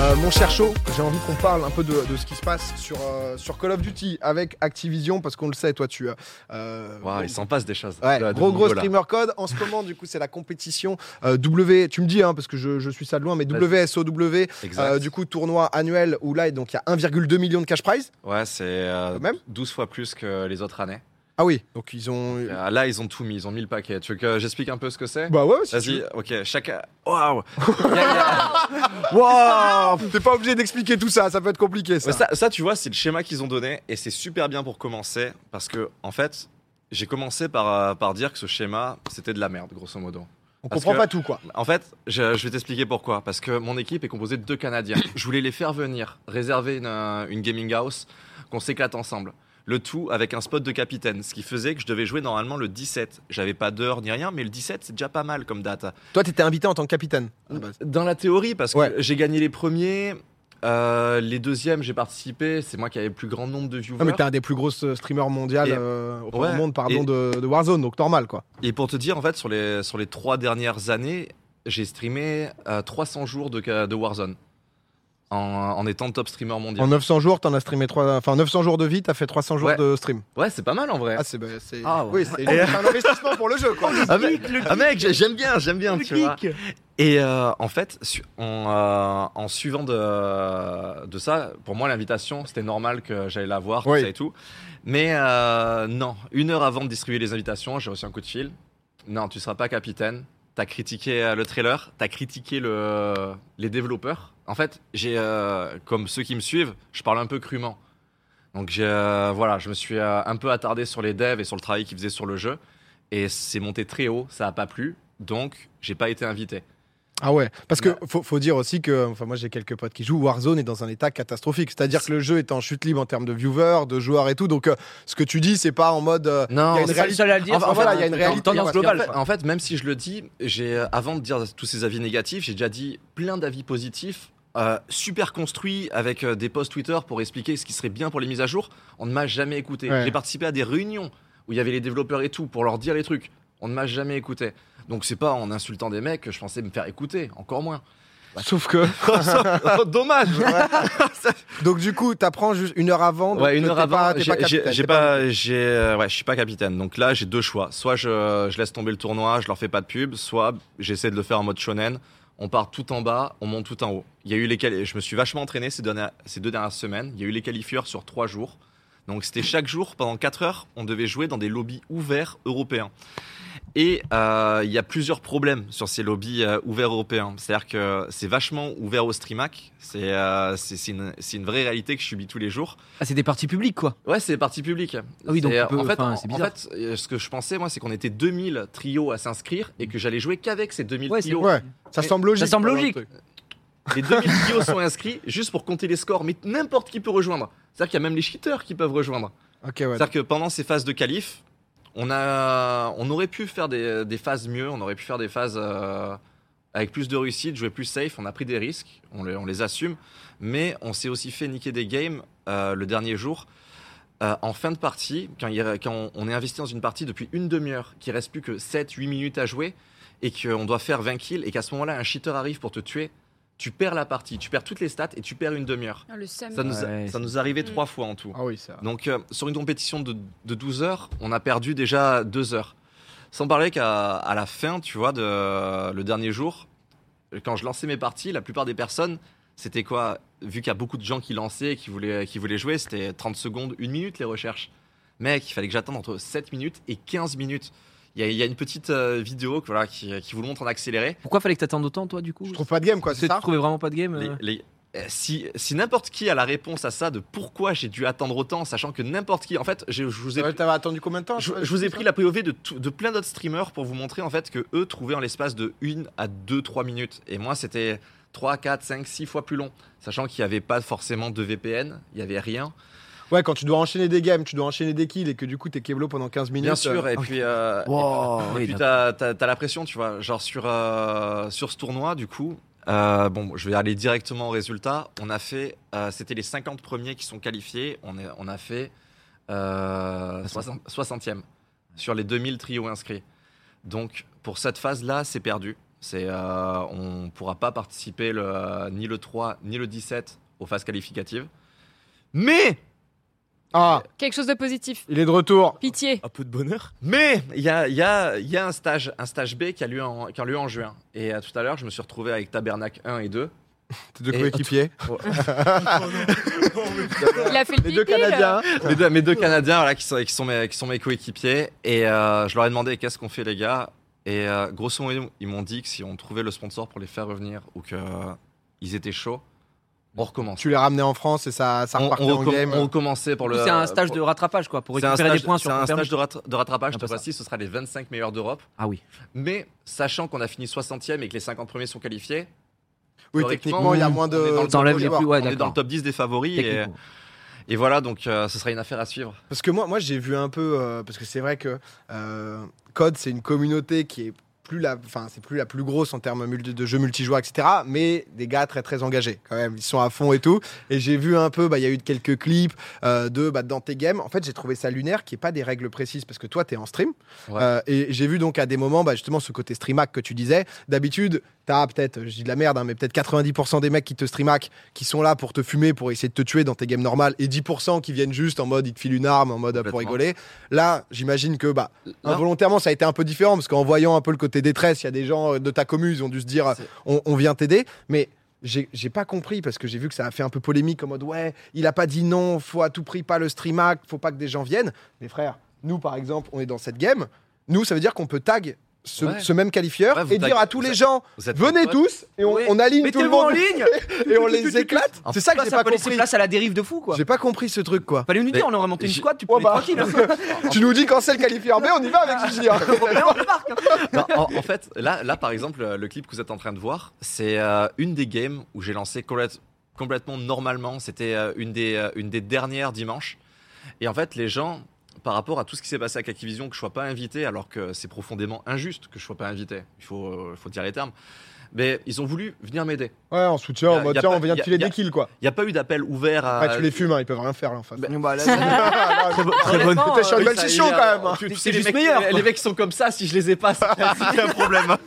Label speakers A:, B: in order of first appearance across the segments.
A: Euh, mon cher Chaud, j'ai envie qu'on parle un peu de, de ce qui se passe sur, euh, sur Call of Duty avec Activision, parce qu'on le sait, toi, tu. Euh,
B: Waouh, il s'en passe des choses.
A: Ouais,
B: là, de
A: gros gros
B: niveau, là.
A: streamer code. En ce moment, du coup, c'est la compétition euh, W. Tu me dis, hein, parce que je, je suis ça de loin, mais
B: Vas-y.
A: WSOW,
B: Exact.
A: euh, du coup, tournoi annuel où là, donc il y a 1,2 million de cash prize.
B: Ouais, c'est euh,
A: Quand même.
B: 12 fois plus que les autres années.
A: Ah oui, donc ils ont.
B: Euh, Là, ils ont tout mis, ils ont mis le paquet. Tu veux que j'explique un peu ce que c'est
A: Bah ouais, si tu
B: Vas-y,
A: veux.
B: ok, chaque. Waouh Il y a- il y a-
A: Waouh Ah, T'es pas obligé d'expliquer tout ça, ça peut être compliqué ça.
B: Ouais, ça, ça, tu vois, c'est le schéma qu'ils ont donné et c'est super bien pour commencer parce que, en fait, j'ai commencé par, euh, par dire que ce schéma, c'était de la merde, grosso modo.
A: On
B: parce
A: comprend
B: que-
A: pas tout quoi.
B: En fait, je, je vais t'expliquer pourquoi. Parce que mon équipe est composée de deux Canadiens. Je voulais les faire venir, réserver une, euh, une gaming house, qu'on s'éclate ensemble. Le tout avec un spot de capitaine, ce qui faisait que je devais jouer normalement le 17. J'avais pas d'heure ni rien, mais le 17, c'est déjà pas mal comme date.
A: Toi, t'étais invité en tant que capitaine.
B: Dans la théorie, parce que
A: Ouais.
B: j'ai gagné les premiers, euh, les deuxièmes, j'ai participé, c'est moi qui avais le plus grand nombre de viewers.
A: Non, mais t'es un des plus gros euh, streamers mondial
B: Et-
A: euh, au
B: Ouais.
A: monde pardon,
B: Et-
A: de, de Warzone, donc normal quoi.
B: Et pour te dire, en fait, sur les, sur les trois dernières années, j'ai streamé euh, 300 jours de, ca- de Warzone en, en étant top streamer mondial.
A: En 900 jours, t'en as streamé 3... enfin 900 jours de vie, t'as fait 300 jours
B: Ouais.
A: de stream.
B: Ouais, c'est pas mal en vrai.
A: Ah c'est bah, c'est-
B: Ah ouais.
A: oui, c'est c'est un investissement pour le jeu quoi.
B: Ah, mec, ah, mec, j'ai- j'aime bien, j'aime bien, tu vois. Et euh, en fait, su- en, euh, en suivant euh, de, de ça, pour moi, l'invitation, c'était normal que j'allais la voir, tout
A: Oui.
B: ça et tout. Mais euh, non, une heure avant de distribuer les invitations, j'ai reçu un coup de fil. Non, tu seras pas capitaine. T'as critiqué euh, le trailer, t'as critiqué le, les développeurs. En fait, j'ai, euh, comme ceux qui me suivent, je parle un peu crûment. Donc j'ai, euh, voilà, je me suis euh, un peu attardé sur les devs et sur le travail qu'ils faisaient sur le jeu. Et c'est monté très haut, ça a pas plu. Donc, j'ai pas été invité.
A: Ah ouais, parce que
B: Ouais.
A: faut, faut dire aussi que, enfin moi j'ai quelques potes qui jouent, Warzone est dans un état catastrophique, c'est-à-dire que le jeu est en chute libre en termes de viewers, de joueurs et tout, donc euh, ce que tu dis c'est pas en mode... euh, Il
B: Non,
A: y a une
B: c'est-
A: réalité- Enfin, voilà, il y a une réalité, parce
B: tendance globale.
A: qu'en
B: En fait, en fait, même si je le dis, j'ai euh, avant de dire tous ces avis négatifs, j'ai déjà dit plein d'avis positifs, euh, super construits avec euh, des posts Twitter pour expliquer ce qui serait bien pour les mises à jour. On ne m'a jamais écouté.
A: Ouais.
B: J'ai participé à des réunions où il y avait les développeurs et tout pour leur dire les trucs. On ne m'a jamais écouté. Donc c'est pas en insultant des mecs que je pensais me faire écouter, encore moins. Oh,
A: Sauf que...
B: Dommage.
A: Donc du coup, t'apprends juste une heure avant. donc
B: Ouais, une
A: t'es
B: heure
A: pas-
B: avant,
A: t'es
B: j'ai
A: pas
B: j'ai-
A: capitaine,
B: j'ai
A: t'es pas-
B: pas, j'ai, euh, ouais, je suis pas capitaine. Donc là, j'ai deux choix. Soit je, je laisse tomber le tournoi, je leur fais pas de pub. Soit j'essaie de le faire en mode shonen. On part tout en bas, on monte tout en haut. Il y a eu les quali- je me suis vachement entraîné ces, dernières- ces deux dernières semaines. Il y a eu les qualifieurs sur trois jours. Donc c'était chaque jour, pendant 4 heures, on devait jouer dans des lobbies ouverts européens. Et euh, il y a plusieurs problèmes sur ces lobbies euh, ouverts européens. C'est-à-dire que c'est vachement ouvert au streamac. C'est euh, c'est- c'est une, c'est une vraie réalité que je subis tous les jours.
C: Ah, c'est des parties publiques, quoi.
B: Ouais, c'est parti public.
C: Ah oui, donc
B: C'est-
C: tu peux-
B: en fait,
C: enfin,
B: en-
C: c'est
B: en
C: bizarre.
B: fait, euh, ce que je pensais, moi, c'est qu'on était 2000 trios à s'inscrire et que j'allais jouer qu'avec ces 2000
C: Ouais, c'est
B: trios.
A: Ouais, ça
B: Mais-
A: semble logique.
C: ça semble
A: quoi, le
C: logique.
A: truc.
B: Les 2000 trios sont inscrits juste pour compter les scores, mais n'importe qui peut rejoindre. C'est-à-dire qu'il y a même les cheaters qui peuvent rejoindre.
A: Ok, ouais.
B: C'est-à-dire que pendant ces phases de qualif, on, a, on aurait pu faire des, des phases mieux, on aurait pu faire des phases euh, avec plus de réussite, jouer plus safe, on a pris des risques, on les, on les assume, mais on s'est aussi fait niquer des games euh, le dernier jour. Euh, en fin de partie, quand, il- quand on est investi dans une partie depuis une demi-heure, qu'il reste plus que 7-8 minutes à jouer, et qu'on doit faire 20 kills, et qu'à ce moment-là, un cheater arrive pour te tuer, tu perds la partie, tu perds toutes les stats, et tu perds une demi-heure.
D: Ah, le Sam.
B: Ça nous, a-
C: Ouais,
B: ça nous est arrivé
D: Mm.
B: trois fois en tout.
A: Ah oui, ça.
B: Donc, euh, sur une compétition de, de 12 heures, on a perdu déjà 2 heures. Sans parler qu'à à la fin, tu vois, de, le dernier jour, quand je lançais mes parties, la plupart des personnes, c'était quoi Vu qu'il y a beaucoup de gens qui lançaient et qui voulaient, qui voulaient jouer, c'était 30 secondes, 1 minute les recherches. Mec, il fallait que j'attende entre 7 minutes et 15 minutes. Il y a, il y a une petite euh, vidéo que, voilà, qui, qui vous le montre en accéléré.
C: Pourquoi fallait que t'attendes autant, toi, du coup
A: Je trouve pas de game, quoi,
C: Tu
A: c'est ça
C: trouvais vraiment pas de game euh
B: Les- les- euh, si si n'importe qui a la réponse à ça de pourquoi j'ai dû attendre autant, sachant que n'importe qui, en fait, je, je vous ai
A: Ouais, T'avais attendu combien de temps
B: Je, je vous ai pris la POV de, tout- de plein d'autres streamers pour vous montrer en fait que eux trouvaient en l'espace de 1 à 2, 3 minutes. Et moi, c'était 3, 4, 5, 6 fois plus long. Sachant qu'il n'y avait pas forcément de VPN, il n'y avait rien.
A: Ouais, quand tu dois enchaîner des games, tu dois enchaîner des kills et que du coup t'es Kevlo pendant 15 minutes.
B: Bien sûr, et
C: ah oui.
B: puis, euh, et
C: Wow,
B: puis- et
C: oui,
B: puis
C: d'accord.
B: t'as, t'as- t'as la pression, tu vois. Genre sur, euh, sur ce tournoi, du coup, euh, bon, je vais aller directement au résultat. On a fait, euh, c'était les 50 premiers qui sont qualifiés. On, est, on a fait euh, 60, 60e sur les 2000 trios inscrits. Donc pour cette phase-là, c'est perdu. C'est, euh, on pourra pas participer le, euh, ni le 3 ni le 17 aux phases qualificatives. Mais,
A: Ah,
D: Quelque chose de positif.
A: il est de retour.
D: Pitié.
E: Un peu de bonheur.
B: mais il y a, il y a- il y a un, stage, un stage B qui a lieu en, qui a lieu en juin. Et euh, tout à l'heure, je me suis retrouvé avec Tabernacle 1 et 2.
A: Tes deux
B: Et-
A: coéquipiers.
D: Il a fait le
A: Les
D: pipi,
A: deux
D: là.
A: Canadiens.
B: mes, deux, mes deux Canadiens voilà, qui, sont, qui, sont mes, qui sont mes coéquipiers. Et euh, je leur ai demandé qu'est-ce qu'on fait, les gars. Et euh, grosso modo, ils m'ont dit que si on trouvait le sponsor pour les faire revenir ou qu'ils ils étaient chauds, on recommence.
A: Tu les ramenais en France et ça, ça
B: on,
A: repartait
B: on
A: en
B: recomm-
A: game.
B: on recommençait pour
C: Du
B: le.
C: coup, C'est un stage
B: pour-
C: de rattrapage, quoi, pour
B: c'est un
C: récupérer
B: stage-
C: des points sur
B: C'est un
C: Conferme.
B: stage de, rattra- de rattrapage.
C: Un
B: Cette
C: peu ça.
B: fois-ci, ce sera les 25 meilleurs d'Europe.
C: Ah oui.
B: Mais sachant qu'on a fini 60e et que les 50 premiers sont qualifiés,
A: Oui, techniquement, il y a moins
B: on est
A: de.
B: dans le
A: de
C: T'enlèves les
A: joueurs.
C: plus, ouais,
B: on est dans le
C: d'accord.
B: top 10 des favoris. Et,
C: Techniquement.
B: et voilà, donc euh, ce sera une affaire à suivre.
A: Parce que moi, moi j'ai vu un peu. euh, parce que c'est vrai que euh, Code, c'est une communauté qui est plus la, enfin, c'est plus la plus grosse en termes multi- de jeux multijoueurs, etc. Mais des gars très très engagés quand même. Ils sont à fond et tout. Et j'ai vu un peu, bah, il y a eu quelques clips euh, de bah, dans tes games. En fait, j'ai trouvé ça lunaire, qui est pas des règles précises parce que toi, t'es en stream.
B: Ouais.
A: Euh, et j'ai vu donc à des moments, bah, justement, ce côté streamac que tu disais. D'habitude, t'as peut-être, je dis de la merde, hein, mais peut-être 90% des mecs qui te streamac, qui sont là pour te fumer, pour essayer de te tuer dans tes games normales, et 10% qui viennent juste en mode, ils te filent une arme, en mode euh, pour
B: Complètement.
A: rigoler. Là, j'imagine que bah,
B: Là,
A: Involontairement, ça a été un peu différent parce qu'en voyant un peu le côté détresse, il y a des gens euh, de ta commune, ils ont dû se dire euh,
B: C'est-
A: on, on vient t'aider. Mais j'ai j'ai pas compris parce que j'ai vu que ça a fait un peu polémique en mode ouais, il a pas dit non, faut à tout prix pas le stream hack, faut pas que des gens viennent. Mais frère, nous par exemple, on est dans cette game. Nous, ça veut dire qu'on peut tag ce,
B: Ouais.
A: ce même qualifieur
B: Ouais, vous
A: et dire
B: taguez-
A: à tous
B: vous
A: les
B: êtes-
A: gens
B: vous êtes
A: venez
B: potes.
A: tous et on,
C: Ouais.
A: on aligne tout le
C: Mettez-vous en
A: monde
C: ligne
A: et on les éclate.
B: En
A: C'est ça que
C: Toi,
A: j'ai
C: ça
A: pas
C: peut laisser
A: compris.
C: place à la dérive de fou, quoi.
A: J'ai pas compris ce truc quoi.
C: Fallait nous dire,
B: Mais-
C: on aurait monté une
B: j'ai-
C: squad, tu peux
A: Ouais,
C: les
A: bah.
C: tranquille. hein.
A: Tu nous dis quand c'est le qualifieur B, on y va avec Gigi. hein.
C: Là, on débarque, hein.
B: Bah, en, en fait, là, là, par exemple, euh, le clip que vous êtes en train de voir, c'est euh, une des games où j'ai lancé complète- complètement normalement. C'était euh, une, des, euh, une des dernières dimanches. Et en fait, les gens, par rapport à tout ce qui s'est passé avec Activision, que je sois pas invité, alors que c'est profondément injuste que je sois pas invité, il faut, euh, faut dire les termes, mais ils ont voulu venir m'aider.
A: Ouais, en soutien,
B: Y
A: en
B: a-
A: mode
B: y a
A: tiens,
B: pas-
A: on vient
B: y
A: de
B: a-
A: filer
B: y a-
A: des kills quoi.
B: Il n'y a pas eu d'appel ouvert à.
A: Après, tu les fumes, hein, ils peuvent rien faire là, en face.
B: euh, Bah,
C: Bah, là,
A: T'es
C: honnêtement, euh,
A: sur une belle
B: Ça,
A: session
B: il y a-
A: quand même. hein.
B: Tu, tu
C: C'est
B: sais, les
C: juste
B: mecs,
C: meilleur,
B: les-
C: quoi.
B: les mecs sont comme ça. Si je les ai pas, c'est c'est un problème. hein.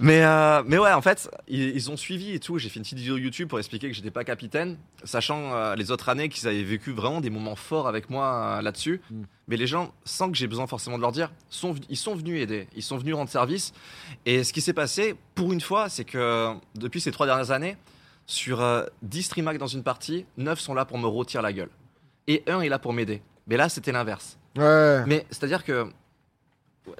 B: Mais, euh, mais ouais, en fait, ils, ils ont suivi et tout. J'ai fait une petite vidéo YouTube pour expliquer que j'étais pas capitaine, sachant euh, les autres années qu'ils avaient vécu vraiment des moments forts avec moi euh, là-dessus.
C: Mm.
B: Mais les gens, sans que j'ai besoin forcément de leur dire, sont, ven- ils sont venus aider, ils sont venus rendre service. Et ce qui s'est passé, pour une fois, c'est que depuis ces trois dernières années, sur euh, 10 streamhacks dans une partie, 9 sont là pour me rôtir la gueule. Et un est là pour m'aider. Mais là, c'était l'inverse.
A: Ouais.
B: Mais c'est-à-dire que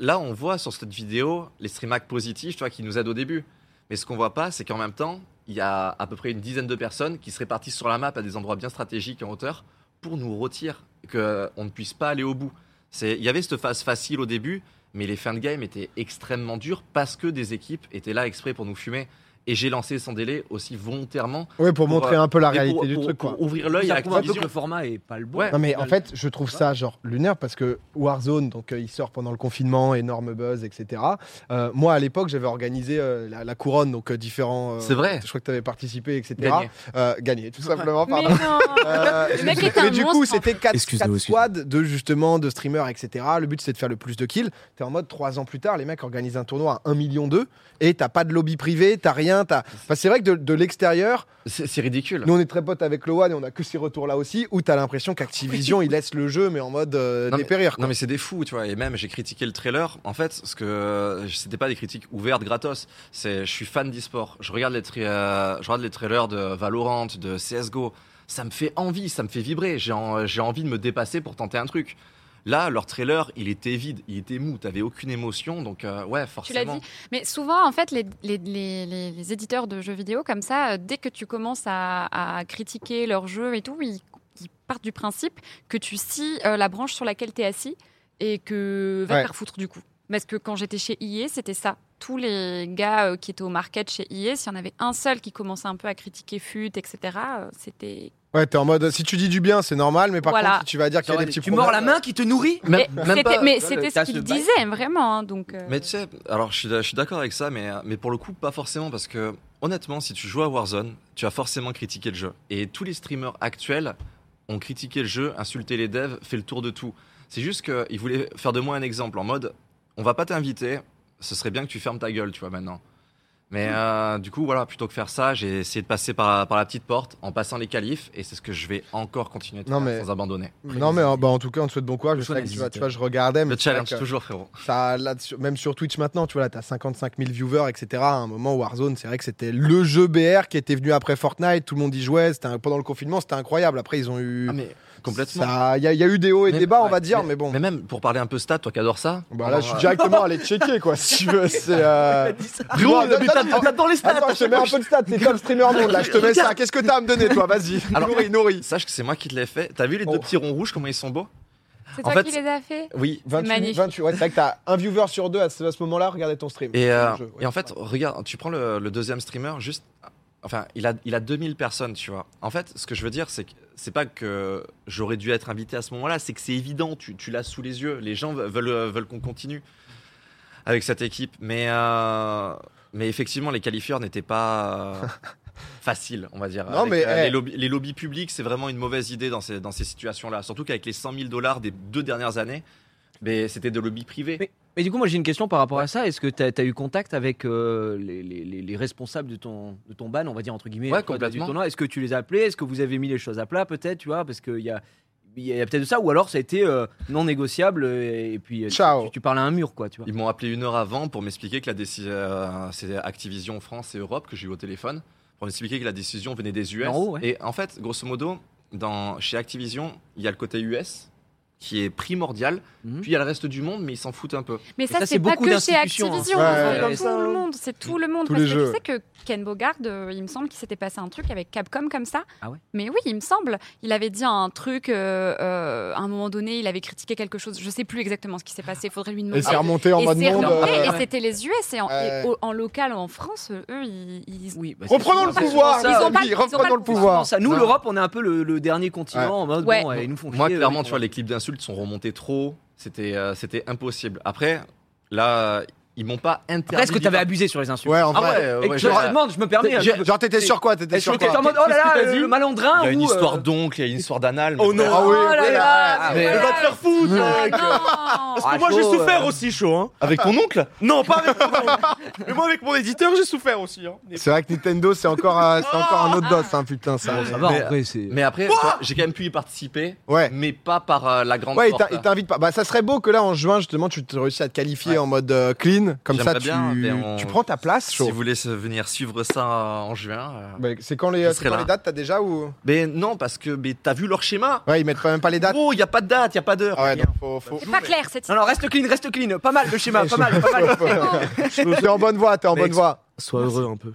B: là, on voit sur cette vidéo les streamhacks positifs, tu vois, qui nous aident au début. Mais ce qu'on voit pas, c'est qu'en même temps, il y a à peu près une dizaine de personnes qui se répartissent sur la map à des endroits bien stratégiques en hauteur pour nous rôtir, que on ne puisse pas aller au bout. C'est- Il y avait cette phase facile au début, mais les fins de game étaient extrêmement dures parce que des équipes étaient là exprès pour nous fumer. Et j'ai lancé sans délai aussi volontairement
A: Ouais, pour
B: Pour,
A: montrer
B: euh,
A: un peu la
B: mais pour-
A: réalité du
B: pour-
A: truc quoi.
B: pour ouvrir l'œil à
C: ça prouve un peu que
B: Activision.
C: le format est pas le bon.
B: Ouais.
A: Non mais en fait, je trouve ça genre lunaire parce que Warzone, donc euh, il sort pendant le confinement, énorme buzz, etc. Euh, moi à l'époque, j'avais organisé euh, la, la couronne, donc euh, différents. euh,
B: C'est vrai.
A: Je crois que tu avais participé, etc.
B: Gagné.
A: Euh, gagné, tout simplement.
D: Mais
A: Pardon.
D: non.
A: Euh,
D: Le mec
A: mais
D: était un
A: du
D: monstre,
A: coup,
D: en
A: c'était 4
E: Excuse-nous, excuse-nous.
A: squads de justement de streamers, etc. Le but c'est de faire le plus de kills. T'es en mode 3 ans plus tard, les mecs organisent un tournoi à 1 million d'eux et t'as pas de lobby privé, t'as rien. T'as... Enfin, c'est vrai que de, de l'extérieur,
B: C'est c'est ridicule.
A: nous on est très potes avec Loan et on a que ces retours là aussi où t'as l'impression qu'Activision ils laissent le jeu mais en mode euh,
B: Non, mais-
A: dépérir. quoi.
B: Non mais c'est des fous, tu vois. Et même j'ai critiqué le trailer. En fait, ce que euh, c'était pas des critiques ouvertes gratos. C'est, je suis fan d'e-sport. Je regarde les tra- euh, je regarde les trailers de Valorant, de CS:GO. Ça me fait envie, ça me fait vibrer. J'ai en- euh, j'ai envie de me dépasser pour tenter un truc. Là, leur trailer, il était vide, il était mou. T'avais aucune émotion, donc euh, ouais,
D: Tu l'as
B: forcément.
D: dit. Mais souvent, en fait, les, les- les- les- les éditeurs de jeux vidéo, comme ça, euh, dès que tu commences à, à critiquer leur jeu et tout, ils, ils partent du principe que tu scies euh, la branche sur laquelle tu es assis et que va
A: Ouais.
D: te faire foutre du coup. Parce que quand j'étais chez IE, c'était ça. Tous les gars euh, qui étaient au market chez IE, s'il y en avait un seul qui commençait un peu à critiquer FUT, etc., euh, c'était.
A: Ouais, t'es en mode si tu dis du bien c'est normal, mais par
D: Voilà.
A: contre si tu vas dire qu'il y a des petits
C: Tu mords la
A: problèmes,
C: main qui te nourrit
B: Même-
D: Et
B: même
D: c'était-
B: pas-
D: mais
C: tu vois,
D: c'était
C: le-
D: ce
C: t'as
D: qu'ils
C: ce bail.
D: disaient, vraiment. hein, donc, euh,
B: Mais tu sais, alors je suis, je suis d'accord avec ça, mais, euh, mais pour le coup, pas forcément, parce que honnêtement, si tu joues à Warzone, tu as forcément critiqué le jeu. Et tous les streamers actuels ont critiqué le jeu, insulté les devs, fait le tour de tout. C'est juste qu'ils voulaient faire de moi un exemple en mode on va pas t'inviter, ce serait bien que tu fermes ta gueule, tu vois, maintenant. Mais
A: Mm.
B: euh, du coup, voilà, plutôt que faire ça, j'ai essayé de passer par, par la petite porte en passant les qualifs et c'est ce que je vais encore continuer de
A: Non,
B: faire
A: mais-
B: sans abandonner.
A: Non, mais en, bah, en tout cas, on te souhaite bon courage.
C: Le
A: Je sais que, tu, vois,
C: journaliste.
A: tu vois, je regardais. Mais euh,
B: Le
A: c'est vrai
B: challenge,
A: que
B: toujours, frérot.
A: ça, là, sur- même sur Twitch maintenant, tu vois, là, t'as 55 000 viewers, etc. À un moment, Warzone, c'est vrai que c'était le jeu BR qui était venu après Fortnite. Tout le monde y jouait. C'était un- pendant le confinement, c'était incroyable. Après, ils ont eu.
B: Ah, mais complètement.
A: Ça- Il y, a- il y a eu des hauts et
B: Mais-
A: des bas, on
B: ouais,
A: va dire, mais, bon.
B: Mais même pour parler un peu stats, toi qui adore ça.
A: Bah là, je suis
B: Alors,
A: directement allé checker, quoi. Si tu veux, c'est. euh,
B: Frérot,
A: Non, non,
B: putain,
A: non,
C: T'attends les stats.
A: Attends, je te mets un peu de stats. T'es top streamer au monde, là. Je te mets ça. Qu'est-ce que t'as à me donner, toi Vas-y.
B: Alors-
A: Nourris, nourris.
B: Sache que c'est moi qui te l'ai fait. T'as vu les
A: Oh.
B: deux petits ronds rouges, comment ils sont beaux
D: C'est
B: En
D: toi
B: fait,
D: qui les as fait
B: Oui.
A: 28,
D: Magnifique.
A: 28. Ouais, c'est vrai que t'as un viewer sur deux à ce, à ce moment-là. Regardez ton stream.
B: Et, euh,
A: Le jeu, ouais.
B: et en fait, regarde, tu prends le, le deuxième streamer, juste. Enfin, il a, il a 2000 personnes, tu vois. En fait, ce que je veux dire, c'est que c'est pas que j'aurais dû être invité à ce moment-là, c'est que c'est évident, tu, tu l'as sous les yeux. Les gens ve- veulent, euh, veulent qu'on continue avec cette équipe. Mais, euh, mais effectivement, les qualifieurs n'étaient pas. euh, faciles, on va dire.
A: Non,
B: Avec,
A: mais,
B: euh,
A: eh.
B: les, lobbies, les lobbies publics, c'est vraiment une mauvaise idée dans ces, dans ces situations-là. Surtout qu'avec les 100 000 dollars des deux dernières années, mais c'était de lobbies privés.
C: Mais du coup, moi j'ai une question par rapport à ça. Est-ce que t'as as eu contact avec euh, les, les- les- les responsables de ton, de ton ban, on va dire entre guillemets,
B: Ouais,
C: toi, du
B: complètement.
C: tournoi Est-ce que tu les as appelés Est-ce que vous avez mis les choses à plat peut-être, tu vois Parce qu'il y a, il y a- il y a peut-être de ça, ou alors ça a été euh, non négociable et, et puis euh, tu-
A: Ciao.
C: Tu, tu parles à un mur, quoi, tu vois.
B: Ils m'ont appelé une heure avant pour m'expliquer que la décision, c'est Activision France et Europe que j'ai eu au téléphone, pour m'expliquer que la décision venait des US.
C: En haut, ouais.
B: Et en fait, grosso modo, dans, chez Activision, il y a le côté US qui est primordial,
C: Mhm.
B: puis il y a le reste du monde, mais ils s'en foutent un peu.
D: Mais ça,
C: ça, c'est
D: c'est pas
C: beaucoup
D: que chez
C: d'institutions, hein.
D: Activision,
A: Ouais,
D: hein,
C: ouais,
D: c'est
A: ça,
D: tout
A: hein.
D: le monde, c'est tout le monde.
A: Tous
D: parce
A: les
D: que
A: jeux.
D: tu sais que Ken Bogard, euh, il me semble qu'il s'était passé un truc avec Capcom comme ça.
C: Ah ouais
D: Mais oui, il me semble. Il avait dit un truc, euh, euh, à un moment donné, il avait critiqué quelque chose. Je sais plus exactement ce qui s'est passé, il faudrait lui
A: Et
D: demander.
A: c'est remonté en
D: Et
A: mode
D: c'est
A: monde.
D: remonté,
A: euh,
D: et c'était les US. Et en,
A: Ouais.
D: et au- en local, en France, euh, eux, ils. ils-
C: Oui, bah, c'est
A: Reprenons le
C: souvent- c'est
A: pouvoir,
C: souvent
D: ils
C: ça,
D: ont pas-
A: oui,
D: ils ont pas
A: reprenons
D: le
A: le
C: C'est
A: pouvoir.
C: souvent ça. Nous,
B: Non.
C: l'Europe, on est un peu le, le dernier continent en mode
D: Ouais.
C: bon, ouais, ils nous font
B: Moi,
C: chier,
B: clairement,
C: euh,
B: tu vois, les clips d'insultes sont remontés trop, c'était euh, c'était impossible. Après, là, ils m'ont pas interdit.
C: Après, est-ce que
B: d'y
C: tu avais
B: par-
C: abusé sur les insultes
A: Ouais, en
B: Ah
A: vrai.
B: ouais, ouais,
C: Et que je
B: j'ai-
C: leur demande, je me permets.
A: T'es- Genre, t'étais sur quoi T'étais
C: Est-ce
A: sur
C: que t'es
A: quoi
C: en mode oh là
B: Qu'est-ce que
C: là,
B: t'as
C: le
B: dit
C: malandrin
B: Il y a une
C: ou, euh,
B: histoire d'oncle, il y a une histoire d'anal. mais bon.
A: Ah oui,
D: Oh là
A: oui,
D: là,
A: là,
D: mais
A: ouais.
D: voilà.
E: va te faire foutre
D: Ah
E: mec.
D: non
E: Parce que moi j'ai
C: chaud,
E: souffert
C: euh.
E: aussi Ah, chaud hein.
B: Avec ton oncle
E: Non pas avec mon oncle. Mais moi avec mon éditeur j'ai souffert aussi hein. Mais-
A: C'est vrai que Nintendo, c'est encore, un- c'est encore un autre dos, hein, putain, ça.
C: Ça va,
B: Mais-
C: en vrai, c'est.
B: Mais après, tu vois, j'ai quand même pu y participer,
A: Ouais.
B: mais pas par euh, la grande
A: Ouais, il
B: porte.
A: t'in- il t'invite pas. Bah, ça serait beau que là, en juin, justement, tu te réussisses à te qualifier
B: Ouais.
A: en mode euh, clean. Comme ça,
B: J'aimerais
A: tu,
B: bien, mais on-
A: tu prends ta place,
B: Si
A: chaud.
B: vous voulez se- venir suivre ça euh, en juin. euh.
A: Bah, c'est quand les,
B: Je
A: c'est
B: serai
A: quand
B: là.
A: les dates, t'as déjà ou
B: Mais non, parce que mais t'as vu leur schéma
A: Ouais, ils mettent quand même pas les dates.
C: Oh,
B: Gros, il n'y a pas de date, il n'y a pas d'heure.
A: Ah ouais,
B: rien.
A: donc faut. faut...
D: C'est pas clair cette
C: Non, non, reste clean, reste clean. Pas mal le schéma, pas mal, pas mal.
A: t'es en bonne voie, t'es en
E: Mais
A: bonne
E: ex-
A: voie.
E: Sois heureux un peu.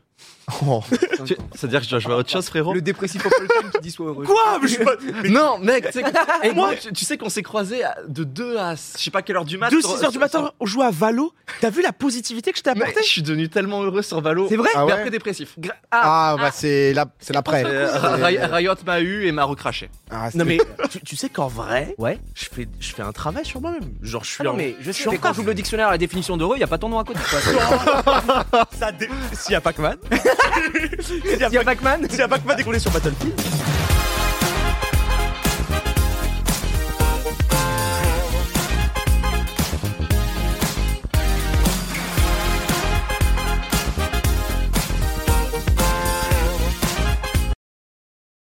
A: Oh.
B: Tu- C'est-à-dire que je dois jouer à autre chose, frérot
C: Le dépressif au Paul qui dit soit heureux.
E: Quoi Mais je suis pas-
B: Non, mec, tu sais que- Eh,
E: Moi-
B: gros, tu, tu sais qu'on s'est croisés à- de 2 à je sais pas quelle heure du matin.
E: De 6h du matin, on joue à Valo. T'as vu la positivité que je t'ai
B: Je
E: apportée
B: suis devenu tellement heureux sur Valo.
C: C'est vrai
A: Ah
B: Mais
A: ouais
B: après dépressif.
C: Gra-
A: Ah, bah, c'est la- c'est l'après.
B: Euh, Ri- Riot m'a eu et m'a recraché.
A: Ah, c'est-
E: Non mais tu, tu sais qu'en vrai,
C: Ouais.
E: je fais, je fais un travail sur moi-même. Genre je suis
C: Ah non,
E: en-
C: mais je
E: suis
C: sais, mais
E: en
C: quand
E: taf.
C: j'ouvre le dictionnaire à la définition d'heureux, il a pas ton nom à côté. quoi.
E: Ça dé- S'il y a Pac-Man,
C: Il y a Pac-Man
E: s'il y a Pac-Man dès qu'on est sur Battlefield.